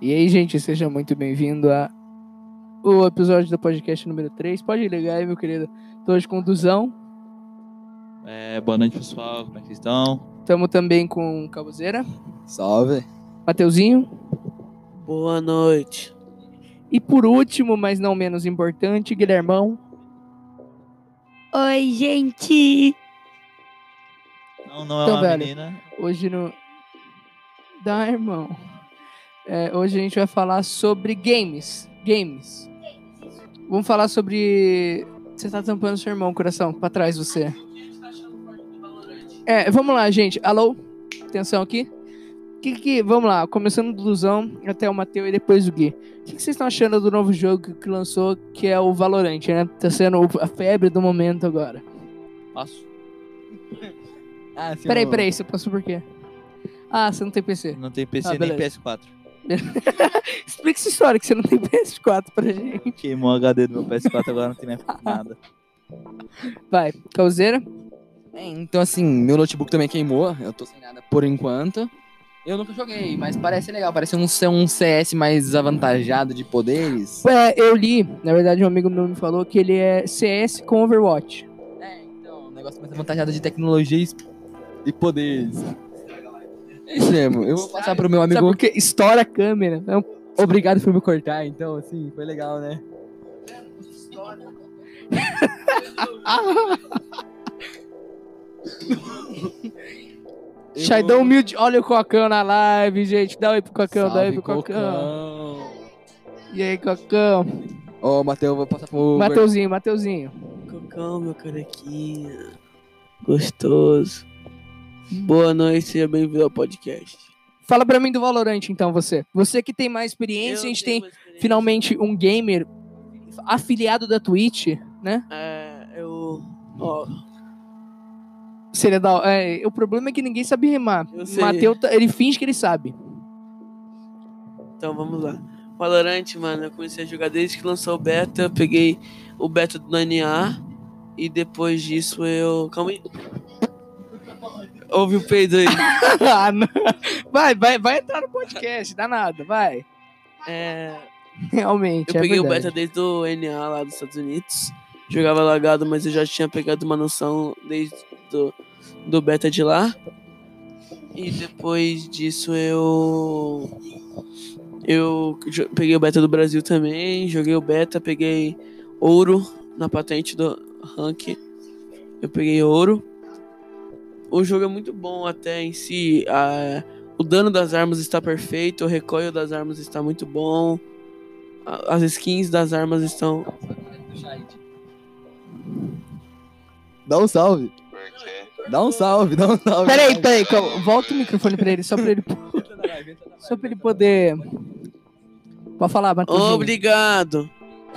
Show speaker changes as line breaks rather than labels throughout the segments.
E aí, gente, seja muito bem-vindo a o episódio do podcast número 3. Pode ligar aí, meu querido. Tô hoje com o Duzão.
É, boa noite, pessoal. Como é que vocês estão?
Tamo também com o Cabuzeira,
Salve.
Mateuzinho.
Boa noite.
E por último, mas não menos importante, Guilhermão.
Oi, gente!
Não, não é
Então,
uma
velho.
menina.
Hoje no. Dá, irmão. É, hoje a gente vai falar sobre games. Games. Vamos falar sobre. Você tá tampando seu irmão, coração. Pra trás você. É, vamos lá, gente. Alô? Atenção aqui. Que que, vamos lá, começando do Luzão até o Mateu e depois o Gui. O que, que vocês estão achando do novo jogo que- que lançou, que é o Valorant, né? Tá sendo o- a febre do momento agora.
Passo.
Ah, assim,
Peraí,
o-
peraí, você passou por quê? Ah, você não tem PC.
Não tem PC
Ah,
nem
beleza.
PS4.
Explica essa história que você não tem PS4 pra gente.
Queimou o HD do meu PS4, agora não tem mais nada.
Vai, Causeira.
É, então, assim, meu notebook também queimou. Eu tô sem nada por enquanto. Eu nunca joguei, mas parece legal. Parece um, ser um CS mais avantajado de poderes.
É, eu li, na verdade, um amigo meu me falou que ele é CS com Overwatch.
É, então, um negócio mais avantajado de tecnologias e poderes. É isso mesmo. Eu vou passar pro meu
Sabe
amigo.
por quê? Estoura a câmera. É um Não,
Obrigado por me cortar, então, assim, foi legal, né? Eu-
Shaidão humilde. Olha o Cocão na live, gente. Dá oi pro
é
Cocão, dá oi pro Cocão. E aí, Cocão.
Ô, Matheus, eu vou passar pro.
Mateuzinho, Mateuzinho.
Cocão, meu carequinha. Gostoso. Boa noite, seja bem-vindo ao podcast.
Fala pra mim do Valorant, então, você. Você que tem mais experiência, a gente tem finalmente um gamer afiliado da Twitch, né?
É, eu. Ó,
Seria da. É, o problema é que ninguém sabe remar.
Eu
O
sei.
Mateus, tá- ele finge que ele sabe.
então vamos lá. Valorant, mano, eu comecei a jogar desde que lançou o beta. Eu peguei o beta do 9A. E depois disso eu. Calma aí. Ouve o peido aí.
Ah, não. vai, vai, vai entrar no podcast, danado, vai.
É.
Realmente.
Eu
é
peguei o
verdade.
beta desde o NA lá dos Estados Unidos. Jogava lagado, mas eu já tinha pegado uma noção desde do, do beta de lá. E depois disso eu. Eu jo- peguei o beta do Brasil também. Joguei o beta, peguei ouro na patente do rank. Eu peguei ouro. O jogo é muito bom até em si. a- o dano das armas está perfeito, o recoil das armas está muito bom. A- As skins das armas estão.
Dá um salve. Dá um salve, dá um salve.
Peraí, peraí, calma. volta o microfone pra ele, só pra ele, só pra ele poder. Pode falar, Matheus.
Uhum. Obrigado!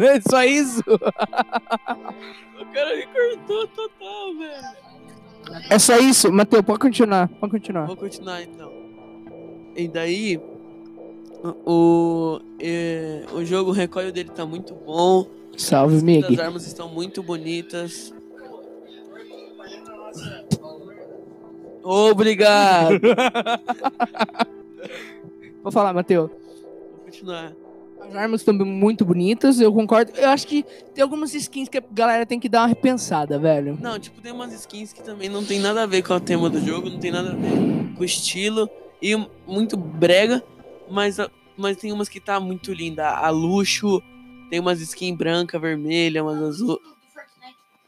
É só isso?
O cara me cortou total, velho.
É só isso, Matheus, pode continuar, pode continuar.
Vou continuar então. E daí. O, é, o jogo, o recoil dele tá muito bom.
Salve,
As
Mig.
armas estão muito bonitas. Obrigado!
Pode falar, Matheus.
Vou continuar.
As armas estão muito bonitas, eu concordo. Eu acho que tem algumas skins que a galera tem que dar uma repensada, velho.
Não, tipo, tem umas skins que também não tem nada a ver com o tema do jogo, não tem nada a ver com o estilo. E muito brega, mas, a- mas tem umas que tá muito linda. A luxo, tem umas skins branca, vermelha, umas azul.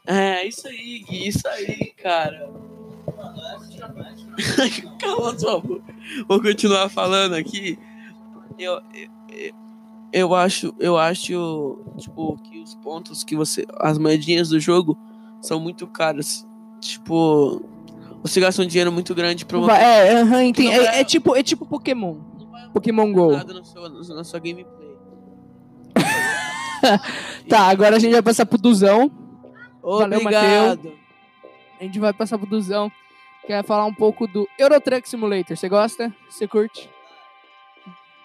É, isso aí, Gui, isso aí, cara. Cala sua boca. Vou continuar falando aqui. Eu, eu, eu acho, eu acho, tipo, que os pontos que você. As moedinhas do jogo são muito caras. Tipo, você gasta um dinheiro muito grande pra uma
Vai, é, aham, entendi.
Não vai-
É, é tipo, é tipo Pokémon.
não vai
Pokémon
mudar
Go.
nada na sua, na sua gameplay.
Tá, agora a gente vai passar pro Duzão. Valeu,
Obrigado.
A gente vai passar pro Duzão. Quer falar um pouco do Eurotruck Simulator. Você gosta? Você curte?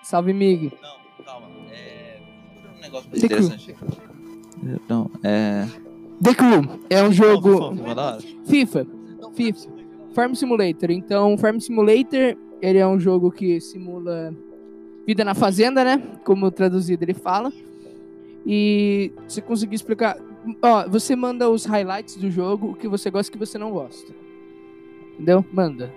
Salve, Mig.
Não, calma. É. Um negócio
Tem que-
interessante. Não, é.
The Crew é um
Não,
jogo
foi da hora.
FIFA. Então, FIFA. Farm Simulator. Então, Farm Simulator, ele é um jogo que simula Vida na Fazenda, né? Como traduzido ele fala. E você conseguir explicar. Ó, você manda os highlights do jogo, o que você gosta e o que você não gosta. Entendeu? Manda.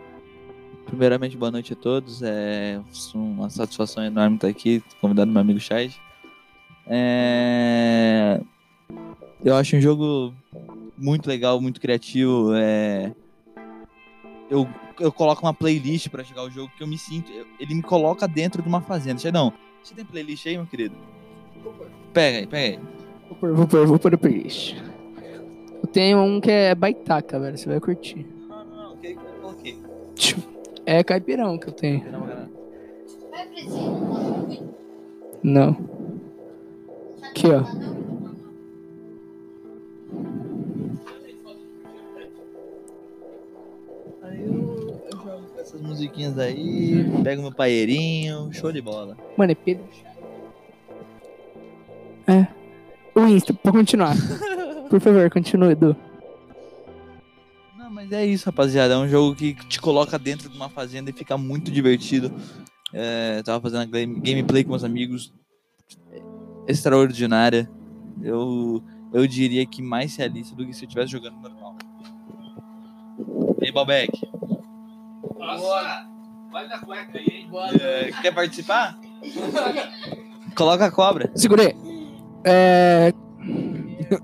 Primeiramente, boa noite a todos. É uma satisfação enorme estar aqui, convidado meu amigo Chad. É, Eu acho um jogo muito legal, muito criativo. é, Eu, eu coloco uma playlist pra jogar o jogo que eu me sinto. eu- Ele me coloca dentro de uma fazenda. Chadão, você tem playlist aí, meu querido? Pega aí, pega aí.
Vou pôr, vou pôr, vou pôr o playlist. Eu tenho um que é baitaca, velho. Você vai curtir.
Não, não, não, ok, ok.
É caipirão que eu tenho.
Não, cara.
Não. Aqui, ó.
Aí eu, eu jogo com essas musiquinhas aí, pego meu paeirinho, show de bola.
Mano, é Pedro Chagas. É. O Insta, pode continuar. Por favor, continue, Edu.
Não, mas é isso, rapaziada. É um jogo que te coloca dentro de uma fazenda e fica muito divertido. É, eu tava fazendo a game- gameplay com meus amigos. É Extraordinária. Eu, eu diria que mais realista do que se eu estivesse jogando normal. E aí, Balbec? É, quer participar? Coloca a cobra.
Segurei. É,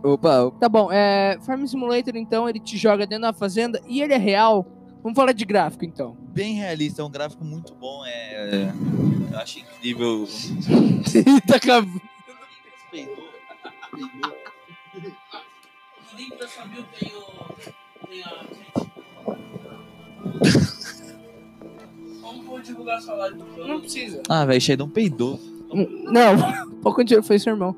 Opa,
tá bom, é, Farm Simulator, então, ele te joga dentro da fazenda e ele é real. Vamos falar de gráfico, então.
Bem realista, é um gráfico muito bom. É, eu acho incrível.
tá acabando. Não precisa.
Ah, velho, Shadow peidou.
Não, pode continuar, foi seu irmão.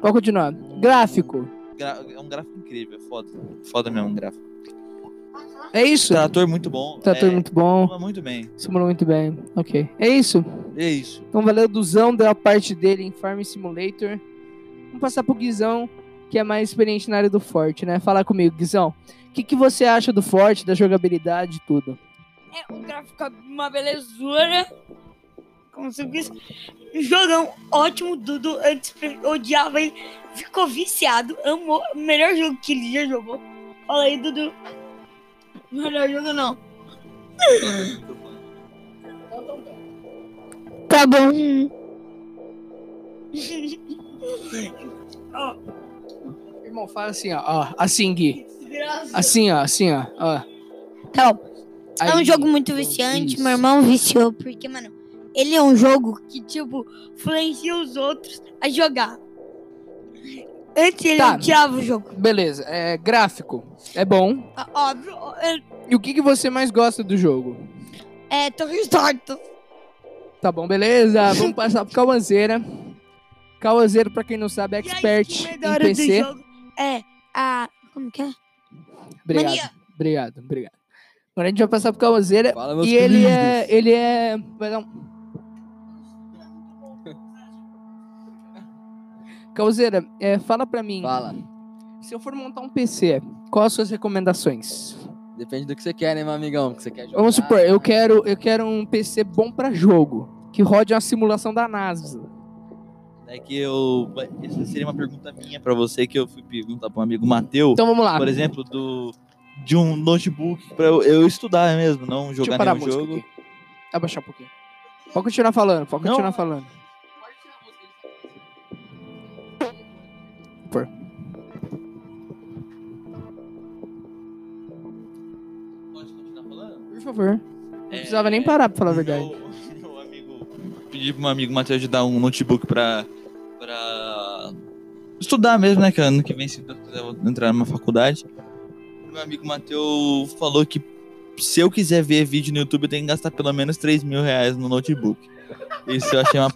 Pode continuar. Gráfico.
Gra- É um gráfico incrível, é foda. Foda mesmo, um gráfico.
É isso.
Trator muito bom.
Trator
Tá. é,
um muito bom,
Simula muito bem.
simulou muito bem. Ok. É isso.
É isso.
Então valeu o Duzão da parte dele em Farm Simulator. Vamos passar pro Guizão, que é mais experiente na área do Forte, né? Falar comigo, Guizão. O que, que você acha do Forte, da jogabilidade e tudo?
É, o gráfico é uma belezura. Como você disse. Jogão ótimo, Dudu. Antes pre- odiava ele. Ficou viciado. Amou. O melhor jogo que ele já jogou. Fala aí, Dudu. Melhor jogo não. Tá bom.
Irmão, fala assim, ó. ó assim, Gui.
Desgraça.
Assim, ó. Assim, ó. ó.
Tá bom. É um
Aí,
jogo muito
então,
viciante,
isso.
meu irmão viciou, porque, mano, ele é um jogo que, tipo, influencia os outros a jogar. Antes ele
Tá.
odiava o jogo.
Beleza. É, gráfico. É bom.
Ó- Óbvio, ó, é-
E o que, que você mais gosta do jogo?
é Torres Tortas.
Tá bom, beleza. Vamos passar pro Cauanzeira. Cauanzeiro, pra quem não sabe, é expert
E a skin
em
melhor do
PC.
jogo é a. Como que é?
Obrigado.
Mania.
Obrigado, obrigado. Agora a gente vai passar pro Cauanzeira.
fala meus
E ele
queridos.
é. Ele é. Vai dar um. Causeira, é, fala pra mim.
Fala.
Se eu for montar um PC, quais as suas recomendações?
Depende do que você quer, né, meu amigão? Que você quer jogar.
Vamos
Ah.
supor, eu quero, eu quero um PC bom pra jogo, que rode uma simulação da NASA.
É que eu. Essa seria uma pergunta minha pra você que eu fui perguntar pra um amigo Mateu,
Então vamos lá.
por exemplo, do. De um notebook pra eu, eu estudar mesmo, não
Deixa eu
jogar
parar a
nenhum
música
jogo.
aqui. Abaixar um pouquinho. Pode continuar falando, pode
Não.
continuar falando.
Pode continuar falando?
Por favor. Não precisava
É.
nem parar pra falar a verdade.
Meu, meu amigo, pedi pro meu amigo Matheus de dar um notebook pra, pra estudar mesmo, né? Que ano que vem, se Deus quiser, eu vou entrar numa faculdade. Meu amigo Matheus falou que se eu quiser ver vídeo no YouTube, eu tenho que gastar pelo menos 3 mil reais no notebook. Isso eu achei uma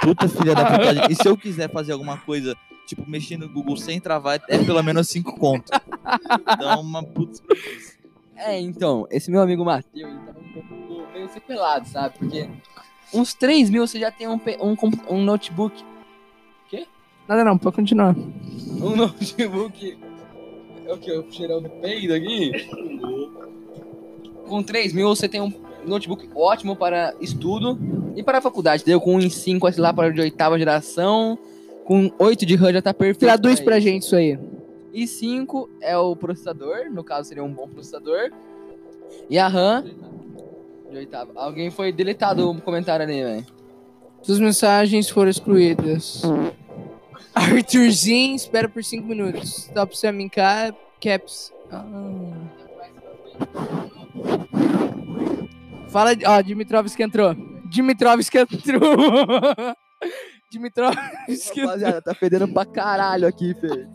puta filha da puta. E se eu quiser fazer alguma coisa, tipo, mexer no Google sem travar, é pelo menos 5 conto. Então, uma puta.
É, então, esse meu amigo Matheus, ele tava um pouco meio sequelado, sabe? Porque uns 3 mil você já tem um, pe- um, compu- um notebook.
Nada não, pode continuar.
Um notebook. É o que? O cheirão do peido aqui? Com 3 mil você tem um notebook ótimo para estudo. E para a faculdade, deu com um em 5 lá para de oitava geração, com 8 de RAM já tá perfeito.
Traduz
pra
pra gente isso aí.
e 5 é o processador, no caso seria um bom processador. E a RAM de oitava. Alguém foi deletado o comentário ali, velho.
Suas mensagens foram excluídas. Arthurzinho, espera por 5 minutos. Top Sam Cap, Caps. Ah. Fala, ó, Dimitrovski entrou. Dimitrovski entrou. Dimitrovski entrou.
Rapaziada, tá fedendo pra caralho aqui, Fê.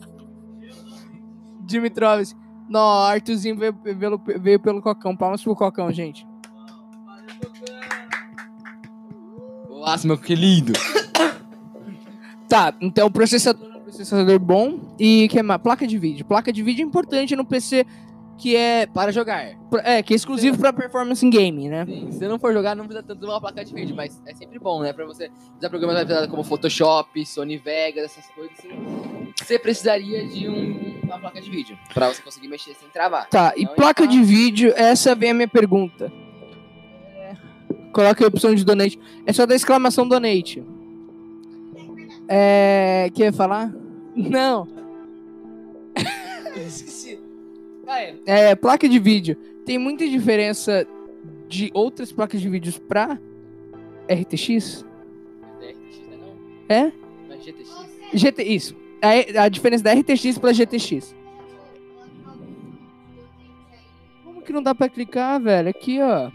Dimitrovski. Não, Arthurzinho veio, pelo- veio pelo Cocão. Palmas pro Cocão, gente.
Nossa, meu querido.
Tá, então processador, é um processador bom e que mais? placa de vídeo. Placa de vídeo é importante no PC que é
Para jogar.
é que é exclusivo pra performance em game, né?
Sim, se não for jogar, não precisa tanto de uma placa de vídeo, mas é sempre bom, né? Pra você usar programas mais pesados como Photoshop, Sony Vegas, essas coisas. assim, Você precisaria de um- uma placa de vídeo pra você conseguir mexer sem travar.
Tá, e
Então,
placa
então-
de vídeo, essa vem a minha pergunta. É, Coloca a opção de donate. É só da exclamação donate. É. Quer falar? Não. Esqueci. Ah, é. É, placa de vídeo. Tem muita diferença de outras placas de vídeos pra RTX?
É RTX, né, não?
É?
Não é GTX?
GT, isso. A, a diferença da RTX pra GTX. Como que não dá pra clicar, velho? Aqui, ó.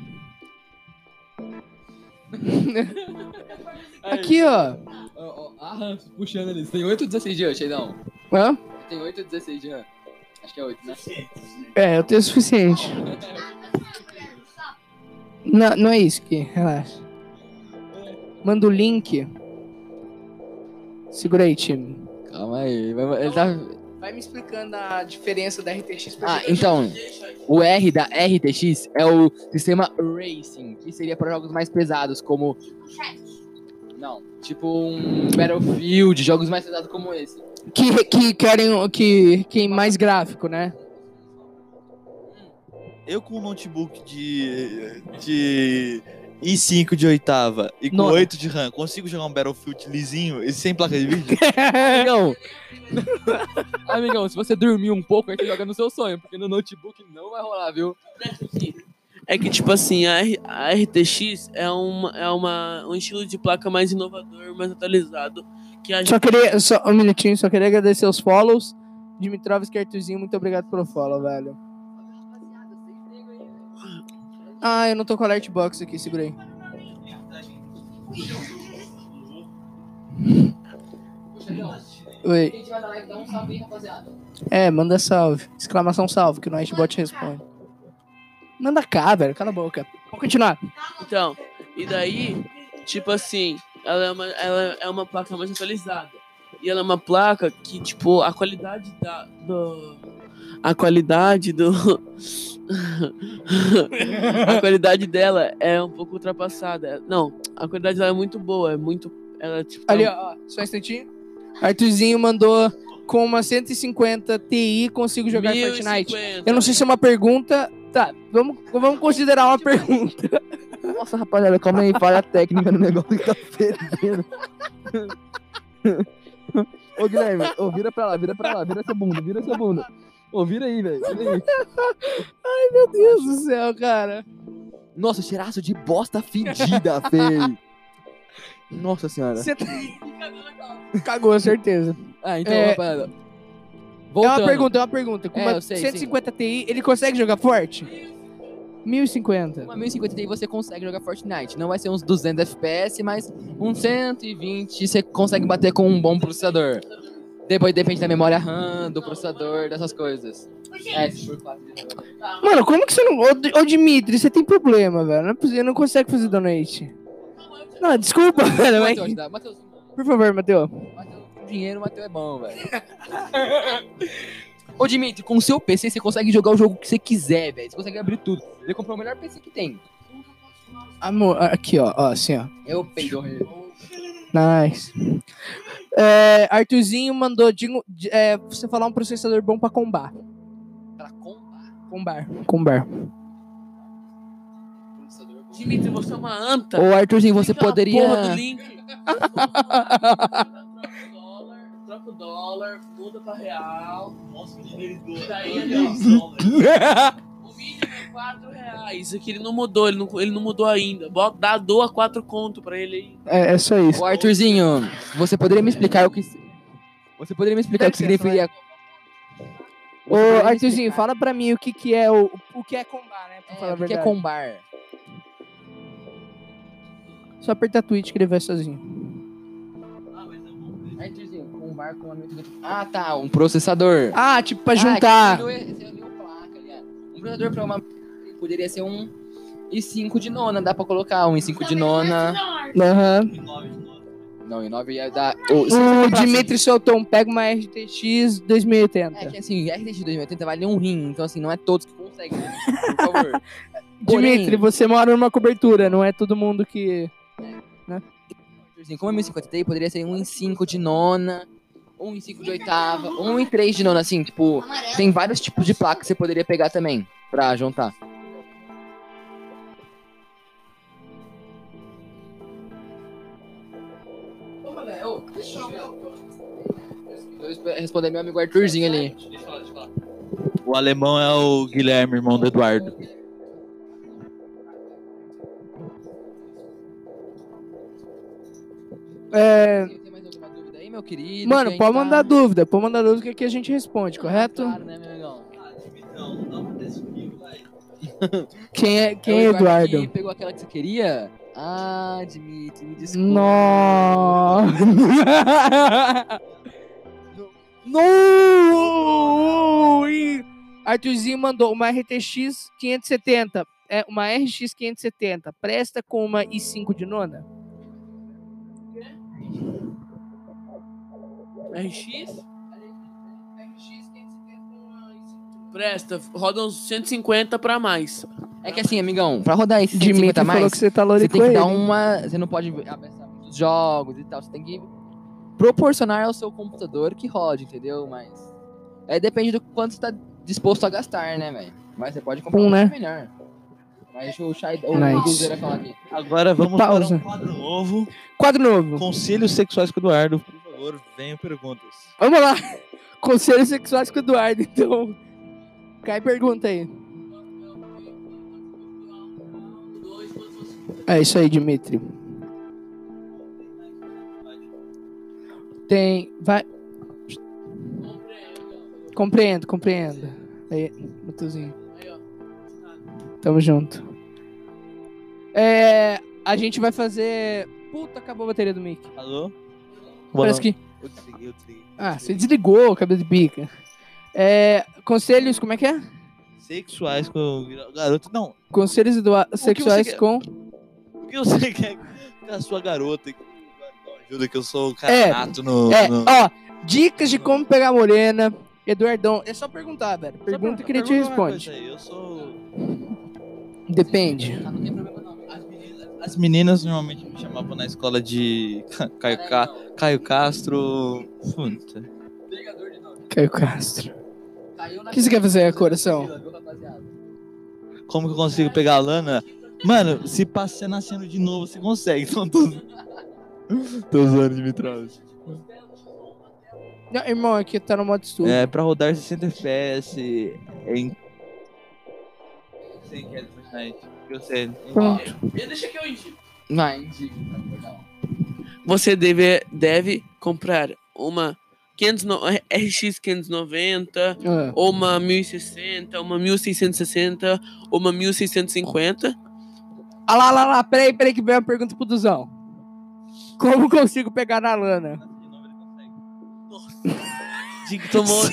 Aqui, ó.
Ó, ó, a RAM puxando ali. Você tem 8 ou 16 de RAM, Sheidão?
Hã?
Tem 8 ou 16 de RAM? Acho que é 8, né?
É, eu tenho o suficiente. Não, não é isso aqui, relaxa. Manda o link. Segura aí, time.
Calma aí. vai- vai- Ele tá...
Vai me explicando a diferença da RTX
Ah, então. O R da RTX é o sistema Racing, que seria para jogos mais pesados, como. Não, tipo um Battlefield, jogos mais pesados como esse.
Que, que querem o- que, que mais gráfico, né?
Eu com um notebook de. de. i5 de oitava e com
Nona.
8 de RAM, consigo jogar um Battlefield lisinho e sem placa de vídeo?
Amigão! Amigão, se você dormir um pouco, aí você joga no seu sonho, porque no notebook não vai rolar, viu?
É que, tipo assim, a, R- a RTX é, uma, é uma, um estilo de placa mais inovador, mais atualizado. Que a
Só queria, só um minutinho, só queria agradecer os follows. Dimitrovski Arthurzinho, muito obrigado pelo follow, velho. Ah, eu não tô com a Lightbox aqui, segurei. Oi.
Quem tiver na live, dá um salve aí, rapaziada.
É, manda salve. Exclamação salve, que o Nightbot responde. Manda cá, velho, cala a boca. Vamos continuar.
Então, e daí, tipo assim, ela é, uma, ela é uma placa mais atualizada. E ela é uma placa que, tipo, a qualidade da. Do, a qualidade do. a qualidade dela é um pouco ultrapassada. Não, a qualidade dela é muito boa, é muito. Ela, tipo, tá
Ali,
Então,
ó, ó, só um instantinho. Arthurzinho mandou com uma 150 Ti consigo jogar
1050.
Fortnite. Eu não sei se é uma pergunta. Tá, vamos, vamos considerar uma pergunta.
Nossa, rapaziada, calma aí, falha técnica no negócio que tá fedendo. Ô, Guilherme, ô, vira pra lá, vira pra lá, vira essa bunda, vira essa bunda. Ô, vira aí, velho, vira aí.
Meu Deus do céu, cara.
Nossa, cheiraço de bosta fedida, feio. Nossa senhora.
Você tá... Cagou, certeza.
Ah, então,
É.
rapaziada.
É
Voltando.
uma pergunta, é uma pergunta. Com
É,
uma
eu sei, sim.
150 Ti, ele consegue jogar forte? 1050.
Uma 1050 aí você consegue jogar Fortnite. Não vai ser uns 200 FPS, mas uns 120 você consegue bater com um bom processador. Depois depende da memória RAM, do processador, dessas coisas. É, se for 4 de novo.
Mano, como que você não. Ô, D- ô Dimitri, você tem problema, velho. Não é possível, não consegue fazer donate. Não, desculpa, velho. mas-
Mateus, dá- Mateus,
Por favor, Matheus.
Mateus, com dinheiro, Mateus é bom, velho. Ô, Dimitri, com o seu PC você consegue jogar o jogo que você quiser, velho. Você consegue abrir tudo. Ele comprou o melhor PC que tem.
Amor, aqui, ó, ó, assim, ó.
Eu peidorreiro.
Nice. É, Arthurzinho mandou Dingo, di- é, você falar um processador bom pra combar.
Pra comprar
Combar. Combar.
um processador bom.
Dimitri, você é uma anta.
Ô, Arthurzinho, você
Clica na
poderia.
Então, Porra do link. Troca o dólar, troca o dólar, muda pra real. Nossa, que perigoso. Daí ele né, O mínimo é 4 reais. É que ele não mudou, ele não, ele não mudou ainda. Bota, dá, doa 4 conto pra ele aí.
É, é só isso.
Ô, Arthurzinho, você poderia me explicar o que. Você poderia me explicar o que
Dá licença,
significa.
Ô,
Você poderia me
Arthurzinho,
explicar
fala pra mim o que que é o... O que é combar, né? Pra falar a
o que é
verdade.
combar?
Só apertar Twitch que ele vai sozinho.
Arthurzinho, combar com Ah, tá, um processador.
Ah, tipo, pra
Ah,
juntar.
que você uniu- você uniu placa ali, ó. Um processador pra uma. Poderia ser um i5 de nona, dá pra colocar um i5 de nona.
Aham.
Não, é i9 ia dar.
O Dimitri soltou um pega uma RTX 2080.
É que assim, RTX 2080 vale um rim, então assim, não é todos que conseguem. né? Por favor. Porém-
Dimitri, você mora numa cobertura, não é todo mundo que.
Arthurzinho, como é 1050 Ti, poderia ser um em 5 de nona, um em 5 de oitava, um em 3 de nona, assim, tipo, tem vários tipos de placa que você poderia pegar também pra juntar. Eu Responder meu amigo Arthurzinho ali.
O alemão é o Guilherme, irmão do Eduardo.
É,
Tem mais alguma dúvida aí, meu querido?
mano,
Quem
pode
tá-
mandar dúvida, pode mandar dúvida que aqui a gente responde, correto?
Claro, né, meu amigão?
Quem é, quem é
o
Eduardo?
que pegou aquela que você queria? Ah, Dimitri, me desculpa.
No. no. Ih, Arthurzinho mandou uma RTX 570. É uma RX 570. Presta com uma i5 de nona?
RX? Presta, roda uns 150 pra mais.
É que assim, amigão, pra rodar esse
Dimitri
150 a
falou
mais,
que você tá
você
loricou
tem que dar
ele.
uma... Você não pode abraçar muitos jogos e tal, você tem que proporcionar ao seu computador que rode, entendeu? Mas... É, depende do quanto você tá disposto a gastar, né, velho? Mas você pode comprar
Pum,
um
né?
melhor. Mas o Shai... O
Nice.
Guzer vai falar aqui.
Agora vamos
Pausa.
para um quadro novo.
Quadro novo.
Conselhos sexuais com o Eduardo. Por favor, venham perguntas.
Vamos lá. Conselhos sexuais com o Eduardo, então. Cai pergunta aí. É isso aí, Dimitri. Tem. Vai. Compreendo, compreendo. Aí, Matuzinho. Tamo junto. É. A gente vai fazer. Puta, acabou a bateria do mic.
Alô?
Parece que.
Eu desliguei, eu desliguei.
Ah, você desligou, cabelo de bica. É, conselhos, como é que é?
Sexuais com o garoto. Não,
Conselhos edua-
você
sexuais
quer?
com.
o que você quer com a sua garota? Que não Ajuda que eu sou o
É,
cara nato no,
É,
no-
ó, dicas de como pegar morena. Eduardão, é só perguntar, velho. Pergunta que ele te
Pergunta uma
responde.
coisa aí, Eu sou...
Depende.
Ah, não tem problema não. Ah,
As meninas, as meninas normalmente me chamavam na escola de Ca- Caio,
caralho,
Ca-
não.
Caio Castro. Puta.
Pegador de nome.
Caio Castro.
Caiu na
O que você quer fazer, coração?
Viu, rapaziada?
Como que eu consigo pegar a lana? Mano, se passar nascendo de novo, você consegue. Então, tô... tô usando de mitrose.
Não, irmão, aqui tá no modo estudo.
É, pra rodar 60 FPS em. Não sei o que é do Fortnite. Eu sei.
Pronto.
Deixa que eu indico.
Vai, indica. tá legal.
Você deve, deve comprar uma 500 no- RX 590,
Ah,
ou uma 1060, uma 1660, ou uma 1650.
Ah lá, lá, lá, peraí, peraí, que veio uma pergunta pro Duzão. Como consigo pegar na lana?
De que tomou.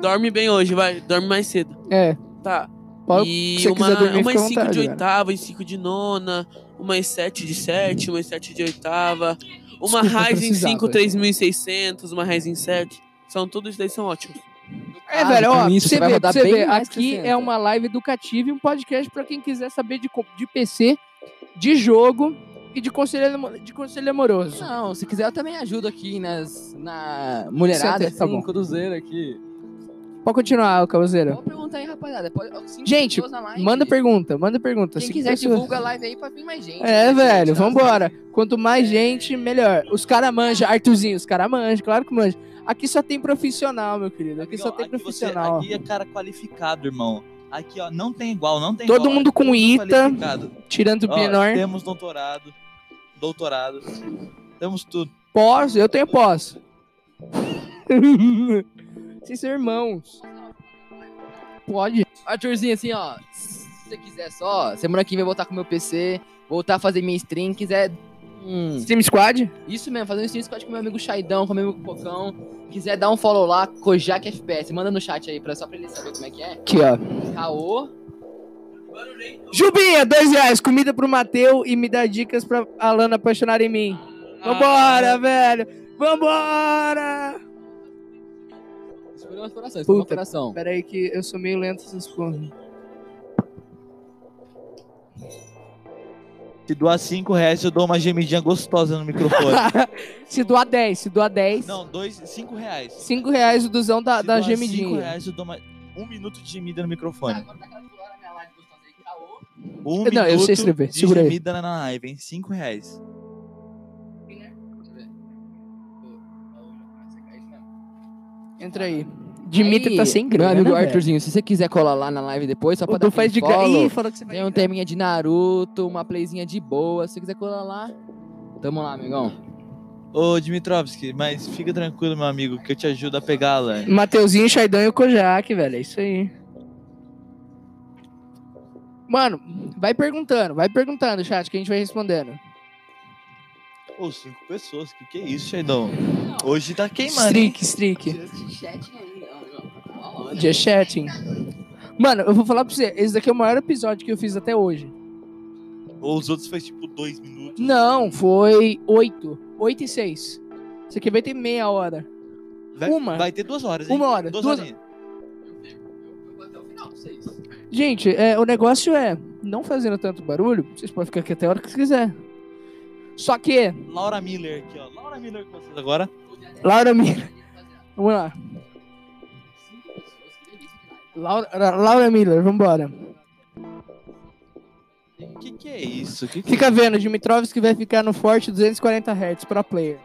Dorme bem hoje, vai. Dorme mais cedo.
É,
Tá.
pode.
e
se você
uma,
quiser dormir,
uma
fica à
5
vontade,
de
velho.
oitava, e 5 de nona, uma 7 de 7, uma 7 de oitava, uma
Desculpa,
Ryzen
precisava. então.
5 3600, uma Ryzen 7. São todos os daí são ótimos.
É,
Ah,
velho, ó,
então isso
você
vai
vê,
rodar
você
bem
vê,
mais que
aqui
60.
é uma live educativa e um podcast pra quem quiser saber de, co- de PC, de jogo e de conselho, amo- de conselho amoroso.
Não, se quiser eu também ajudo aqui nas, na mulherada,
Certo, tá
assim,
bom.
cruzeiro aqui.
Pode continuar, Causeiro.
Pode perguntar aí, rapaziada. Pode, cinco
Gente,
pessoas na live.
Manda pergunta, manda pergunta.
Quem
Cinco
quiser,
pessoas.
divulga a live aí pra vir mais gente.
É,
né,
velho,
gente, tá?
vambora. Quanto mais gente, melhor. Os caras manjam, Arthurzinho, os caras manjam, claro que manja. Aqui só tem profissional, meu querido. Aqui só
ó,
tem
aqui você-
profissional.
aqui é cara qualificado, irmão. Aqui, ó, não tem igual, não tem
Todo
igual.
mundo
Aqui é
com
todo
ITA.
qualificado.
é-
Tirando o
Ó,
menor,
Temos doutorado, doutorado. Temos tudo.
pós, eu tenho pós. Vocês são irmãos. Pode.
Arthurzinho, assim, ó. Se você quiser só, semana que vem eu voltar com meu PC, voltar a fazer minha stream, quiser. hum,
Stream Squad?
isso mesmo, fazer um stream squad com meu amigo Shaidão, com meu amigo Pocão. Quiser dar um follow lá, Kojak FPS, manda no chat aí, pra, só pra ele saber como é que é.
Aqui, ó.
Caô.
Jubinha, dois reais. Comida pro Mateu e me dá dicas pra Alana apaixonar em mim. Vambora,
Ah.
velho. Vambora.
Escolheu uma operação, escolheu uma
Puta.
operação.
Pera aí que eu sou meio lento essas porra.
Se doar 5 reais, eu dou uma gemidinha gostosa no microfone.
se doar 10, se doar 10.
não, 5 reais.
5 reais o duzão da,
Se
da
doar cinco
gemidinha.
reais, eu dou uma, um minuto de gemida no microfone.
Agora tá calculando a minha live gostosa aí, caô.
Um
Eu- não, eu
minuto
sei escrever,
de
segura aí.
gemida na live, hein? 5 reais.
Entra aí. Dimitra tá sem grana.
Meu amigo
velho.
Arthurzinho, se você quiser colar lá na live depois, só pra
O
dar
Du faz de
follow,
graça. Ih, falou que você vai.
Tem um teminha de Naruto, uma playzinha de boa. Se você quiser colar lá, tamo lá, amigão.
Ô, Dmitrovski, mas fica tranquilo, meu amigo, que eu te ajudo a pegá-la.
Mateuzinho, Shaidão e o Kojak, velho. É isso aí. Mano, vai perguntando, vai perguntando, chat, que a gente vai respondendo.
Ô, cinco pessoas, que que é isso, Shaidão? Hoje tá queimando, hein?
Streak, streak. Dia chatting. Mano, eu vou falar pra você, esse daqui é o maior episódio que eu fiz até hoje.
Ou os outros foi tipo dois minutos.
Não, foi oito. Oito e seis. Isso aqui vai ter meia hora.
Vai,
uma.
Vai ter duas horas, hein?
Uma hora.
Duas,
duas...
horinhas.
Gente, é, o negócio é, não fazendo tanto barulho, vocês podem ficar aqui até a hora que vocês quiser. Só que,
Laura Miller aqui, ó. Laura Miller com vocês agora.
Laura Miller. Vamos lá. Laura, Laura Miller, vambora.
Que que é isso? Que que...
Fica vendo, Dimitrovski vai ficar no forte 240 Hz pra player.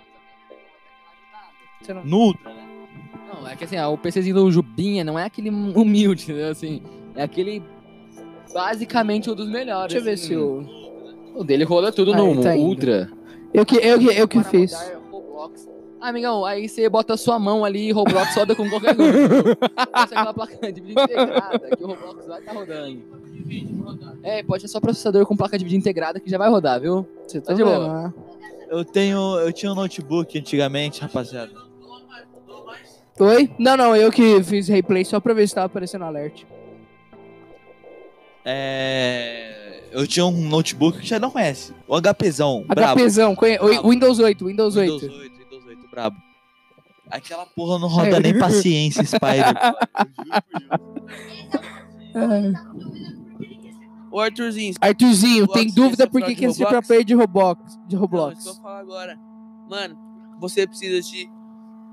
Você não-
No Ultra, né?
Não, é que assim, ó, o PCzinho do Jubinha não é aquele humilde, né, assim. É aquele, basicamente, um dos melhores.
Deixa eu ver
assim.
se eu.
O dele rola tudo
Ah, ele
no
tá indo.
Ultra.
Eu que, eu que, eu que
Para
fiz.
mudar é Roblox. Ah, amigão, aí você bota a sua mão ali e Roblox roda com qualquer coisa. Essa é aquela placa de vídeo integrada que o Roblox vai tá rodando. É, pode ser só processador com placa de vídeo integrada que já vai rodar, viu?
Você tá
Tá de
vendo,
boa.
né?
Eu tenho. Eu tinha um notebook antigamente, rapaziada.
Oi? Não, não, eu que fiz replay só pra ver se tava aparecendo alert.
É. Eu tinha um notebook que já não conhece. O HPzão, brabo.
HPzão, conhe...
Bravo.
Windows 8, Windows 8.
Windows 8, Windows 8, brabo. Aquela porra não roda nem paciência, Spider.
É.
Ô, Arthurzinho,
Arthurzinho,
Roblox,
tem dúvida
esse
por que
episódio
que esse
de Roblox?
pra player de Roblox? De
Não, isso que eu
Roblox.
vou falar agora. Mano, você precisa de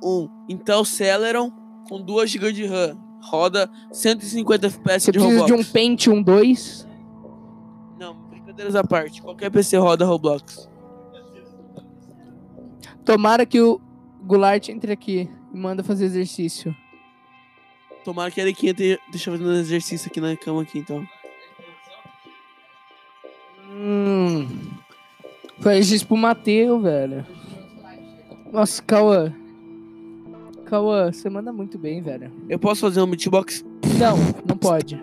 um Intel Celeron com 2 GB de RAM. Roda 150 FPS
Você
de
precisa
Roblox.
de um Pentium 2?
Não, brincadeiras à parte. Qualquer PC roda Roblox.
Tomara que o Goulart entre aqui e manda fazer exercício.
Tomara que a Eriquinha te... deixa eu fazer um exercício aqui na cama aqui, então.
Hum. Faz isso pro Mateu, velho. Nossa, Cauã. Cauã, você manda muito bem, velho.
Eu posso fazer um beatbox?
Então,
Não, não pode.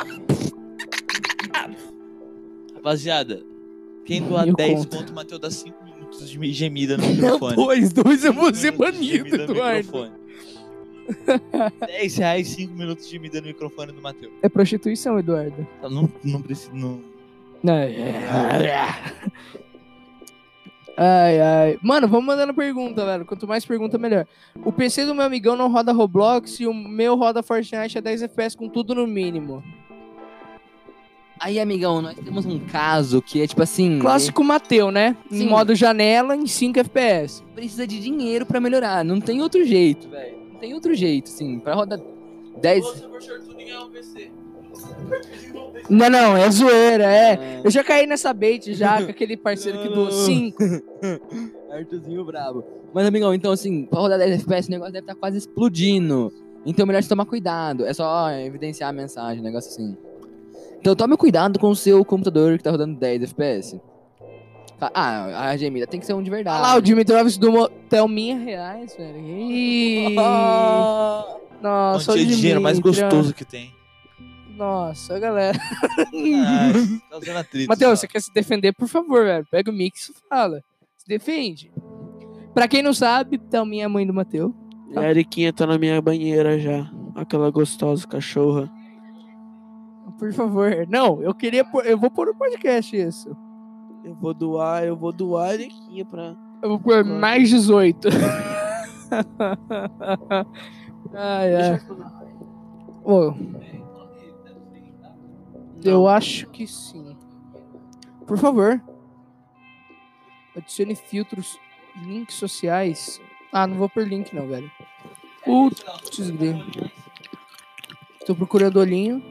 Rapaziada, quem doar
Eu
10
conto.
conto, o Matheus dá 5 minutos de gemida no microfone.
Dois, dois eu vou ser
Cinco minutos de
banido,
gemida no
Eduardo.
microfone. 10 reais, 5 minutos de gemida no microfone do Matheus.
É prostituição, Eduardo.
Tá, Não, não precisa. Não.
Não, é- Ai, ai. Mano, vamos mandando pergunta, velho. Quanto mais pergunta, melhor. O PC do meu amigão não roda Roblox e o meu roda Fortnite a 10 FPS com tudo no mínimo.
Aí, amigão, nós temos um caso que é tipo assim...
Clássico Mateu, né? Em
Sim.
modo janela em 5 FPS.
ele Precisa de dinheiro pra melhorar, não tem outro jeito, velho. Não tem outro jeito, assim, pra rodar... 10.
é
Não, não, é zoeira, é. Eu já caí nessa bait já com aquele parceiro que doou 5.
Arthurzinho brabo. Mas, amigão, então, assim, pra rodar 10 FPS, o negócio deve estar quase explodindo. Então é melhor você tomar cuidado. É só evidenciar a mensagem, um negócio assim. Então tome cuidado com o seu computador que tá rodando 10 FPS. Fa- Ah, a gemida tem que ser um de verdade.
Olha lá, o Dimitrovski doou Thelminha reais, velho. Ih.
Ah.
Nossa, o
Quantia de dinheiro mais
Dimitrov.
gostoso que tem.
Nossa, galera.
Ah, causando atrito.
Matheus,
só.
você quer se defender, por favor, velho. Pega o mix e fala. Se defende. Pra quem não sabe, Thelminha é a mãe do Matheus.
A Eriquinha tá na minha banheira já. Aquela gostosa cachorra.
Por favor. Não, eu queria. pôr- eu vou pôr no podcast isso.
Eu vou doar, eu vou doar a Eriquinha pra.
Eu vou pôr mais 18. ai, ai. Ô, eu acho que sim. Por favor. Adicione filtros, links sociais. Ah, não vou por link não, velho. Putz, grilo. Tô procurando olhinho.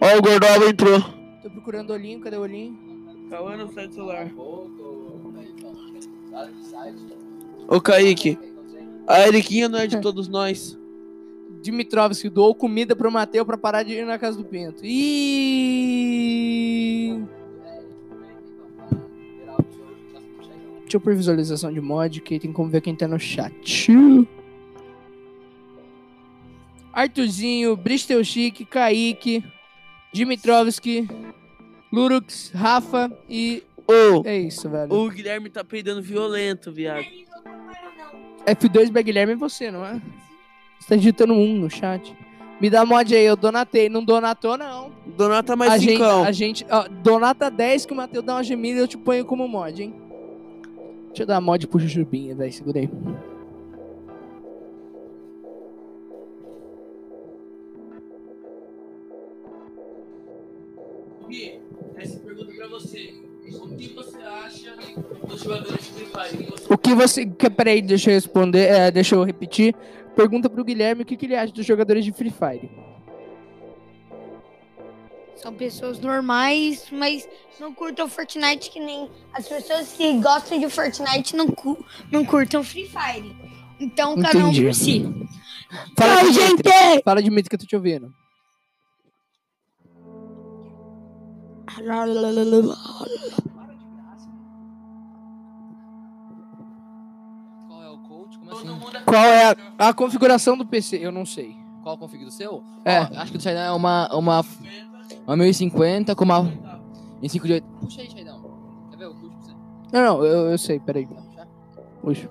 Ó, o Gordoba entrou.
Tô procurando olhinho, cadê o olhinho?
Calma, não sai do celular. Ô, Kaique. A Eriquinha não é de todos nós.
Dimitrovski doou comida pro Mateu pra parar de ir na casa do Bento. Ih! Deixa eu por visualização de mod, que tem como ver quem tá no chat. Arthurzinho, Bristel Chique, Kaique, Dimitrovski, Lurux, Rafa e.
Ô,
É isso, velho.
o Guilherme tá peidando violento, viado.
F2 by Guilherme é você, não é? Você tá digitando um no chat. Me dá mod aí, eu donatei. Não donatou, não.
Donata
a,
tá mais
gente,
cincão.
a gente. Ó, donata 10 que o Matheus dá uma gemida e eu te ponho como mod, hein? Deixa eu dar mod pro Jujubinha, velho. Segura aí.
Gui, essa pergunta é pra você. O que você acha dos jogadores de Free Fire? Você
O que você. que- Peraí, deixa eu responder. é, deixa eu repetir. Pergunta pro Guilherme o que, que ele acha dos jogadores de Free Fire.
São pessoas normais, mas não curtam Fortnite que nem as pessoas que gostam de Fortnite não, cu- não curtam Free Fire. Então, cada um
Entendi.
por si. é!
Fala, Dimitri. Fala, Dimitri, que eu tô te ouvindo.
Qual é o code? Como assim?
Qual é a, a configuração do PC? Eu não sei.
Qual o config do seu?
É.
Ó, acho que o do Shaidão é uma, uma, uma 1050 com uma. Em 5 de 8. Puxa aí, Shaidão. Quer ver? Eu puxo pra você.
Não, não, eu, eu sei, peraí.
Quer puxar?
Puxa.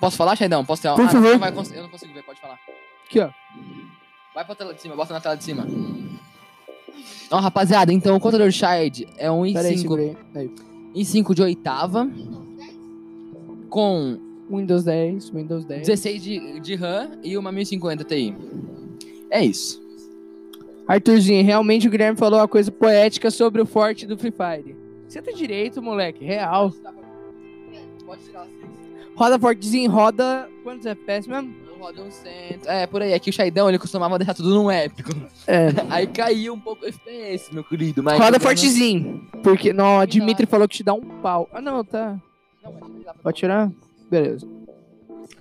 Posso falar, Shaidão? Posso ter Ah,
Por favor.
não, vai cons- eu não consigo ver, pode falar.
Aqui, ó.
Vai pra tela de cima, bota na tela de cima. Ó, rapaziada, então o contador Shide é um
Peraí,
i5,
segura aí.
i5 de oitava. Com
Windows 10, Windows 10.
16 de, de RAM e uma 1050 Ti. É isso.
Arthurzinho, realmente o Guilherme falou uma coisa poética sobre o forte do Free Fire. Senta direito, moleque, real.
Pode tirar
Roda fortezinho, roda. Quantos FPS mesmo?
Roda um cento. É, por aí. Aqui o Shaidão, ele costumava deixar tudo num épico.
É.
Aí caiu um pouco o FPS, meu querido. Mas é
Roda fortezinho. Porque, não, a Dimitri falou que te dá um pau. Ah, não, tá.
Não, mas tira lá pra-
Pode tirar? Beleza.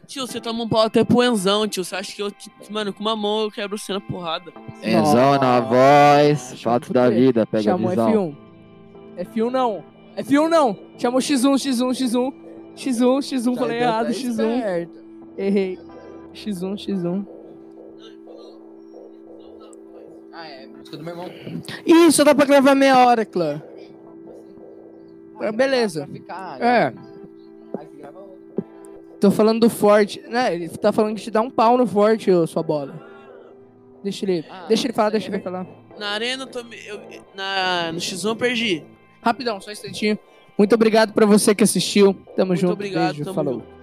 Tio, você toma um pau até pro Enzão, tio. Você acha que eu. te- Mano, com uma mão eu quebro você na porrada.
Nossa.
Enzão na voz,
Chamou
fato
pro
da
quê?
vida, pega a
Chamou
um.
visão.
F1. F1 não. F1 não. Chamou X1, X1, X1. X1, X1, falei
Shaidão tá
errado, X1.
esperto.
Errei. X1, X1.
Ah, é. Música do meu irmão.
Ih, só dá pra gravar meia hora, Clã. Ah, beleza.
é Pra ficar, né?
É.
Aí você grava outra.
Tô falando do forte. Né, ele tá falando que te dá um pau no forte, ô, sua bola. Deixa ele.
Ah,
deixa ele falar,
isso aí
deixa ele falar.
Na arena eu tomei. Eu, na, no X1 eu perdi.
Rapidão, só um instantinho. Muito um obrigado pra você que assistiu. Tamo
Muito
junto.
obrigado,
beijo,
tamo
falou.
junto.